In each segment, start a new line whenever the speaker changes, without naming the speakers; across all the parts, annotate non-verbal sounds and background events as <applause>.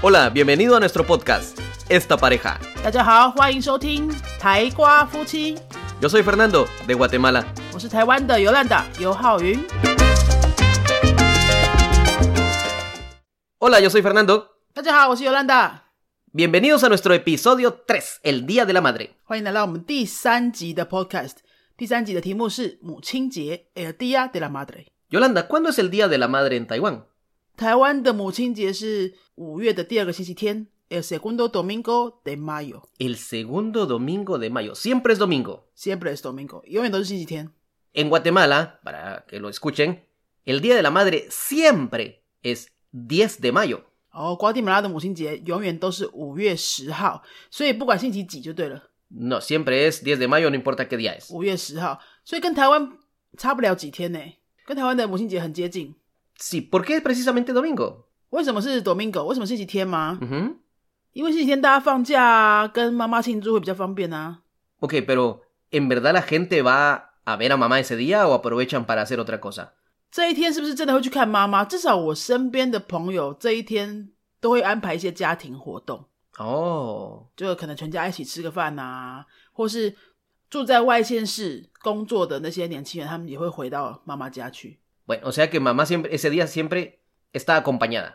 Hola, bienvenido a nuestro podcast, Esta Pareja.
大家好，欢迎收听《台瓜夫妻》，
Yo soy Fernando, de Guatemala.
我是台湾的尤兰达尤浩云。
Hola, yo soy Fernando.
大家好，我是尤兰达，
Bienvenidos a nuestro episodio 3, el Día de la Madre.
欢迎来到我们第三集的 Podcast。第三集的题目是母亲节，El Día de la Madre。
Yolanda, ¿cuándo es el Día de la Madre en Taiwán?
台湾的母亲节是五月的第二个星期天，El segundo domingo de mayo。
El segundo domingo de mayo. Siempre es domingo.
Siempre es domingo，永远都是星期天。
En Guatemala, para que lo escuchen, el Día de la Madre siempre es 10 de mayo.
哦，瓜地马拉的母亲节永远都是五月十号，所以不管星期几就对了，
No, siempre es 10 de mayo, no importa qué día es.
五月十号，所以跟台湾差不了几天呢，跟台湾的母亲节很接近。
Sí, ¿por qué precisamente domingo?
为什么是 Domingo？为什么星期天吗？
Ujú.
因为星期天大家放假啊，跟妈妈庆祝会比较方便啊。
Ok, pero ¿en verdad la gente va a ver a mamá ese día o aprovechan para hacer otra cosa?
这一天是不是真的会去看妈妈？至少我身边的朋友这一天都会安排一些家庭活动，
Oh,
就可能全家一起吃个饭啊，或是住在外县市工作的那些年轻人，他们也会回到妈妈家去。
bueno, o sea que mamá siempre, ese día siempre está acompañada.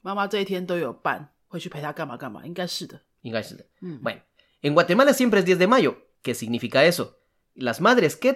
妈妈这一天都有伴，会去陪她干嘛干嘛，应该是的。
Ingáisenle.
嗯，
Bueno, en Guatemala siempre es 10 de mayo. ¿Qué significa eso? Las madres que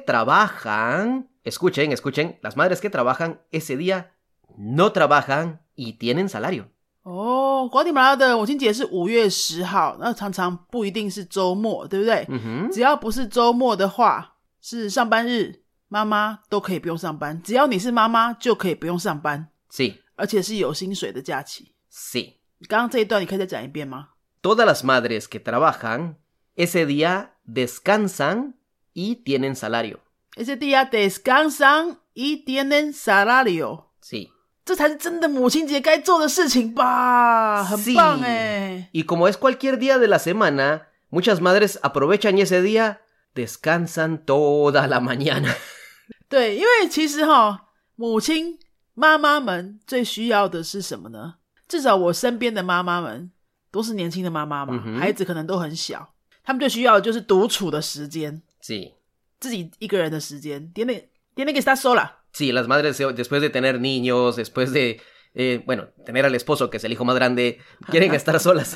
trabajan, escuchen, escuchen, las madres que trabajan ese día no trabajan y tienen salario.
哦，瓜地马拉的母亲节是五月十号，那常常不一定是周末，对不对？
Ujú.
只要不是周末的话，是上班日，妈妈都可以不用上班。只要你是妈妈，就可以不用上班，
Sí,
而且是有薪水的假期。
sí.
刚刚这一段你可以再讲一遍吗？
Todas las madres que trabajan ese día descansan y tienen salario.
Ese día descansan y tienen salario。
Sí.
这才是真的母亲节该做的事情吧，很棒
Sí
哎！
Y como es cualquier día de la semana, muchas madres aprovechan y ese día descansan toda la mañana. <laughs>
对，因为其实哈、母亲妈妈们最需要的是什么呢？至少我身边的妈妈们都是年轻的妈妈嘛，
嗯哼
孩子可能都很小，他们最需要的就是独处的时间，
Sí.
自己一个人的时间。点点点点给他收了，
Sí, las madres eh, después de tener niños, después de, eh, bueno, tener al esposo, que es el hijo más grande, quieren estar solas.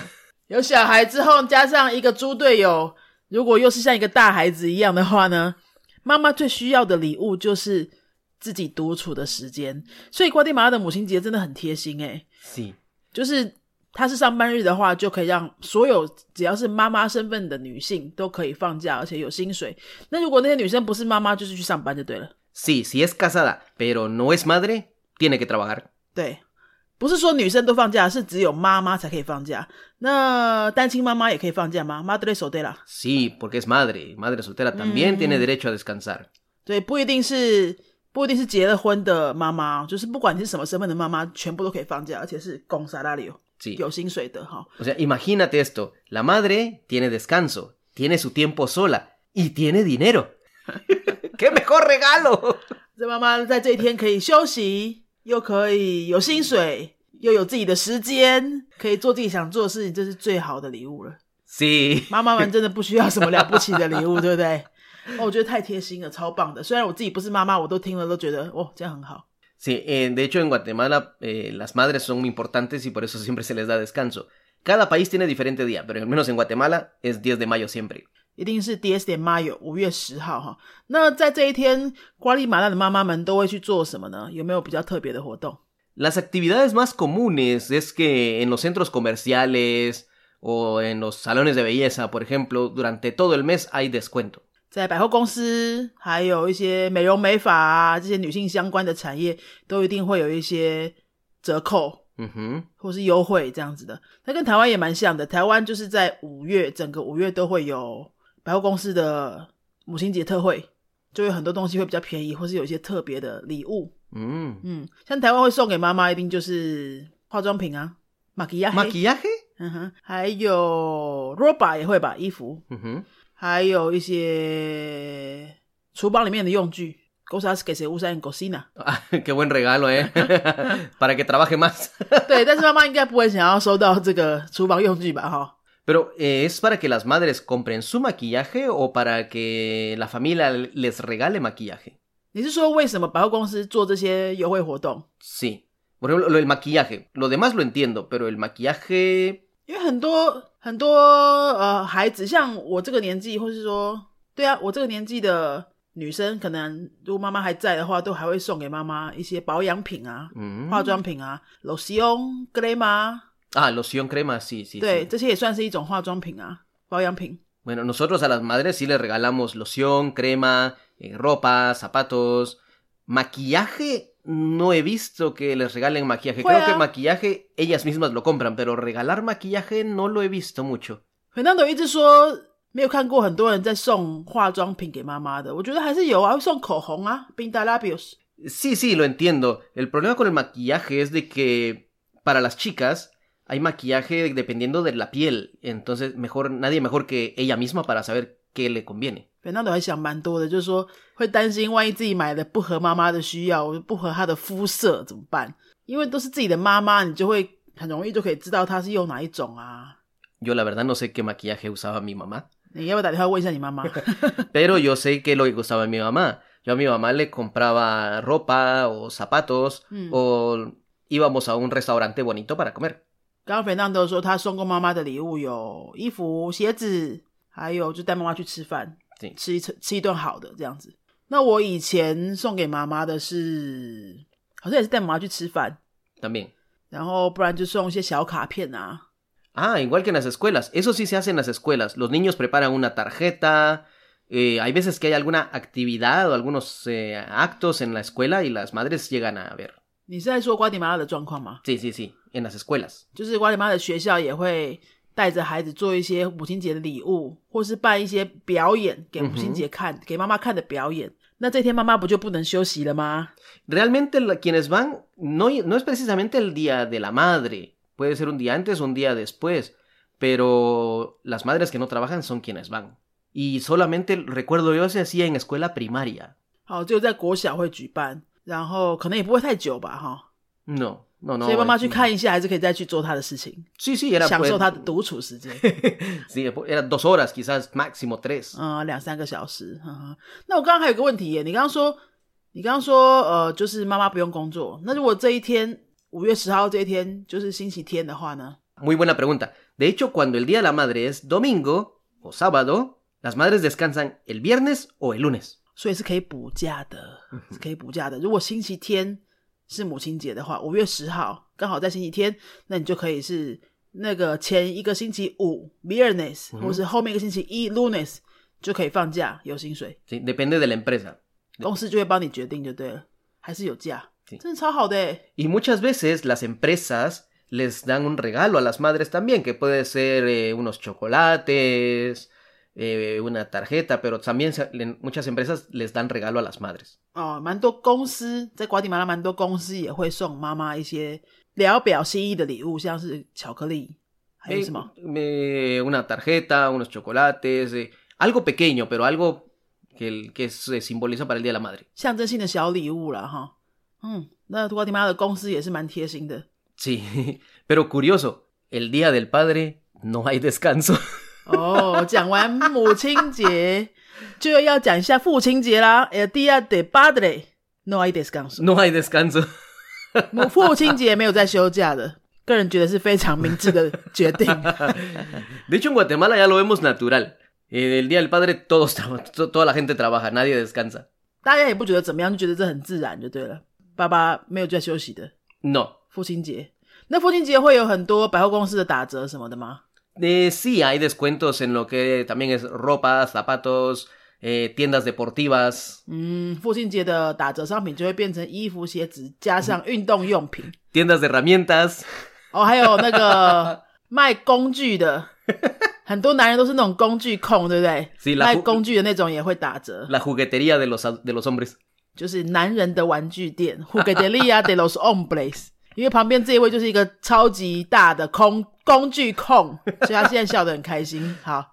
有小孩之后，加上一个猪队友，如果又是像一个大孩子一样的话呢，妈妈最需要的礼物就是自己独处的时间。所以瓜地马拉的母亲节真的很贴心诶、欸
Sí.
就是她是上班日的话，就可以让所有只要是妈妈身份的女性都可以放假，而且有薪水。那如果那些女生不是妈妈，就是去上班就对了。
Sí, si es casada, pero no es madre, tiene que trabajar.
对，不是说女生都放假，是只有妈妈才可以放假。那单亲妈妈也可以放假吗？妈对手对啦，
Sí, porque es madre. Madre soltera también tiene derecho a descansar.
对，不一定是不一定是结了婚的妈妈，哦就是不管你是什么身份的妈妈，全部都可以放假，而且是公沙拉里有
Sí.
有薪水的哈。
O sea, imagínate esto. La madre tiene descanso, tiene su tiempo sola y tiene dinero. <laughs> ¡Qué mejor regalo!
这妈妈在这一天可以休息，又可以有薪水，又有自己的时间，可以做自己想做的事情，这是最好的礼物了。
Sí.
妈妈们真的不需要什么了不起的礼物，对不对？哦，我觉得太贴心了，超棒的。虽然我自己不是妈妈，我都听了都觉得哦，这样很好。
Sí, eh, de hecho en Guatemala eh, las madres son muy importantes y por eso siempre se les da descanso. Cada país tiene diferente día, pero al menos en Guatemala es 10 de mayo siempre.
一定是 DS 点 Mayo 五月十号哈。那在这一天，瓜利马拉的妈妈们都会去做什么呢？有没有比较特别的活动？
Las actividades más comunes es que en los centros comerciales o en los salones de belleza, por ejemplo, durante todo el mes hay descuento.
在百货公司，还有一些美容美发啊，这些女性相关的产业，都一定会有一些折扣
Ujú.
或是优惠这样子的。那跟台湾也蛮像的，台湾就是在五月，整个五月都会有百货公司的母亲节特惠，就有很多东西会比较便宜，或是有一些特别的礼物。
Mm.
嗯，像台湾会送给妈妈，一定就是化妆品啊，马吉亚，
¿Maquillaje?
嗯哼，还有 roba 也会吧，衣服。
Ujú.
还有一些厨房里面的用具， cosas que se usan en cocina。
啊，qué <laughs> buen regalo, ¿eh? Para que trabaje más. <laughs>
<laughs> 对，但是妈妈应该不会想要收到这个厨房用具吧？哈，
Pero, eh, ¿es para que las madres compren su maquillaje o para que la familia les regale maquillaje?
你是说为什么百货公司做这些优惠活动？
Sí. Por ejemplo, lo del maquillaje. Lo demás lo entiendo, pero el maquillaje...
因为很多很多呃孩子，像我这个年纪，或是说，对啊，我这个年纪的女生，可能如果妈妈还在的话，都还会送给妈妈一些保养品啊、
Mm.
化妆品啊、lotion、crema，啊
Ah, loción crema, sí, sí,
对，
sí.
这些也算是一种化妆品啊、保养品。
Bueno, nosotros a las madres sí les regalamos loción, crema, eh, ropa, zapatos. Maquillaje, no he visto que les regalen maquillaje. Creo
Fuera.
que maquillaje ellas mismas lo compran, pero regalar maquillaje no lo he visto mucho.
很多人一直说没有看过很多人在送化妆品给妈妈的，我觉得还是有啊，会送口红啊、冰达 labios。
Sí, sí, lo entiendo. El problema con el maquillaje es de que para las chicas hay maquillaje dependiendo de la piel. Entonces, mejor, nadie mejor que ella misma para saber qué le conviene.
本当都还想蛮多的，就是说会担心，万一自己买的不合妈妈的需要，不合她的肤色怎么办？因为都是自己的妈妈，你就会很容易就可以知道她是用哪一种啊。
Yo la verdad no sé qué maquillaje usaba mi mamá,
你要不要打电话问一下你妈妈？
pero yo sé que lo que usaba mi mamá. Yo a mi mamá le compraba ropa o zapatos <laughs>
嗯，刚
o íbamos a un restaurante bonito para comer.
刚肥当都说她送过妈妈的礼物有衣服、鞋子，还有就带妈妈去吃饭
对，
吃一吃吃一顿好的这样子。那我以前送给妈妈的是，好像也是带妈妈去吃饭，
También.
然后不然就送一些小卡片啊，
Ah, igual que en las escuelas. Eso sí se hace en las escuelas. Los niños preparan una tarjeta. eh, hay veces que hay alguna actividad o algunos eh, actos en la escuela y las madres llegan a ver.
你是在说瓜迪马拉的状况吗？
Sí, sí, sí, en las escuelas.
就是瓜迪马拉的学校也会带着孩子做一些母亲节的礼物，或是办一些表演给母亲节看，给妈妈看的表演。那这天妈妈不就不能休息了吗？
Realmente la- quienes van no, no es precisamente el día de la madre. Puede ser un día antes o un día después. Pero las madres que no trabajan son quienes van. Y solamente recuerdo yo se hacía en escuela primaria.
好，只有在国小会举办，然后可能也不会太久吧，哈。
No, no, no.
所以妈妈
es-
去看一下，还是可以再去做她的事情，
Sí, sí, era
享
pues,
受她的独处时间，
Sí, eran dos horas, quizás máximo tres.
嗯，两三个小时。呵呵那我刚刚还有个问题耶，你刚刚说，你刚刚说，呃，就是妈妈不用工作，那如果这一天五月十号这一天就是星期天的话呢？
Muy buena pregunta. De hecho, cuando el Día de la Madre es domingo o sábado, las madres descansan el viernes o el lunes.
所以是可以补假的，是可以补假的。如果星期天是母亲节的话，五月十号刚好在星期天，那你就可以是那个前一个星期五 Viernes，、或是后面一个星期一 Lunes 就可以放假，有薪水，
Sí, Depende de la empresa.
公司就会帮你决定就对了，还是有假，
对
真的超好的欸。
Y muchas veces las empresas les dan un regalo a las madres también, que puede ser eh, unos chocolates, eh, una tarjeta, pero también se- en muchas empresas les dan regalo a las madres.
哦，蛮多公司在瓜地马拉，蛮多公司也会送妈妈一些聊表心意的礼物，像是巧克力，还有
Eh,
什么？
eh, una tarjeta, unos chocolates, eh, algo pequeño, pero algo que, el- que se simboliza para el Día de la Madre.
象征性的小礼物了哈。嗯，那瓜地马拉的公司也是蛮贴心的
Sí, <laughs> pero curioso, el Día del Padre no hay descanso. <laughs>
哦。讲完母亲节，就要讲一下父亲节啦。El 呃 Día de Padre no hay descanso，
No hay descanso.
母父亲节没有在休假的，个人觉得是非常明智的决定。
De hecho, en Guatemala ya lo vemos natural. Eh, el Día del Padre todos traba- to- toda la gente trabaja, nadie descansa.
大家也不觉得怎么样，就觉得这很自然就对了。爸爸没有在休息的
No.
父亲节，那父亲节会有很多百货公司的打折什么的吗？
Eh, sí, hay descuentos en lo que también es ropa, zapatos, eh, tiendas deportivas,
嗯，父亲节的打折商品就会变成衣服、鞋子加上运动用品。
tiendas de herramientas.
哦，还有那个卖工具的，很多男人都是那种工具控，对不对？
Sí, la
卖
ju-
工具的那种也会打折，
La juguetería de los, ad- de los hombres.
就是男人的玩具店 h u g a d e l i a de los Hombres。因为旁边这一位就是一个超级大的空工具控，所以他现在笑得很开心。好，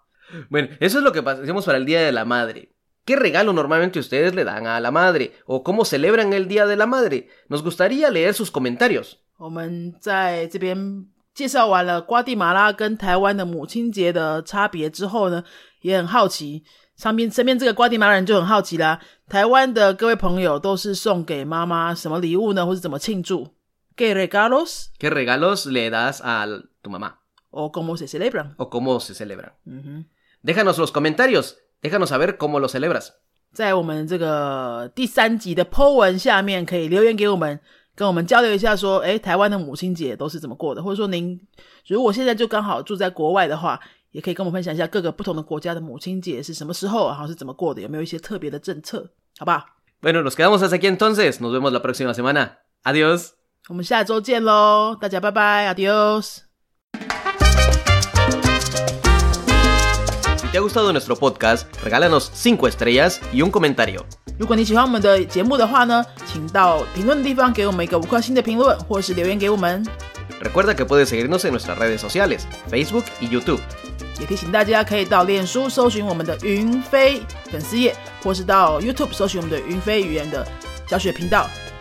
Bueno, eso es lo que pas- hacemos para el Día de la Madre. ¿Qué regalo normalmente ustedes le dan a la madre? ¿O cómo celebran el Día de la Madre? Nos gustaría leer sus comentarios.
我们在这边介绍完了瓜地马拉跟台湾的母亲节的差别之后呢，也很好奇，上边身边这个瓜地马拉人就很好奇啦。台湾的各位朋友都是送给妈妈什么礼物呢，或是怎么庆祝？¿Qué regalos
¿Qué regalos le das a tu mamá?
o cómo se celebran？
¿O cómo se celebran?
嗯哼，
Déjanos los comentarios. Déjanos saber cómo lo celebras.
在我们这个第三集的 Po 文下面可以留言给我们，跟我们交流一下说，诶，台湾的母亲节都是怎么过的，或者说您如果现在就刚好住在国外的话，也可以跟我们分享一下各个不同的国家的母亲节是什么时候，然后是怎么过的，有没有一些特别的政策，好不好？
Bueno, nos quedamos hasta aquí entonces. Nos vemos la próxima semana. Adiós.
我们下周见喽，大家拜拜，adios。
Si te ha gustado nuestro podcast, regálanos 5 estrellas y un comentario.
如果你喜欢我们的节目的话呢，请到评论的地方给我们一个五颗星的评论，或是留言给我们。
Recuerda que puedes seguirnos en nuestras redes sociales, Facebook y YouTube.
也提醒大家可以到脸书搜寻我们的云飞粉丝页，或是到 YouTube 搜寻我们的云飞语言的教学频道，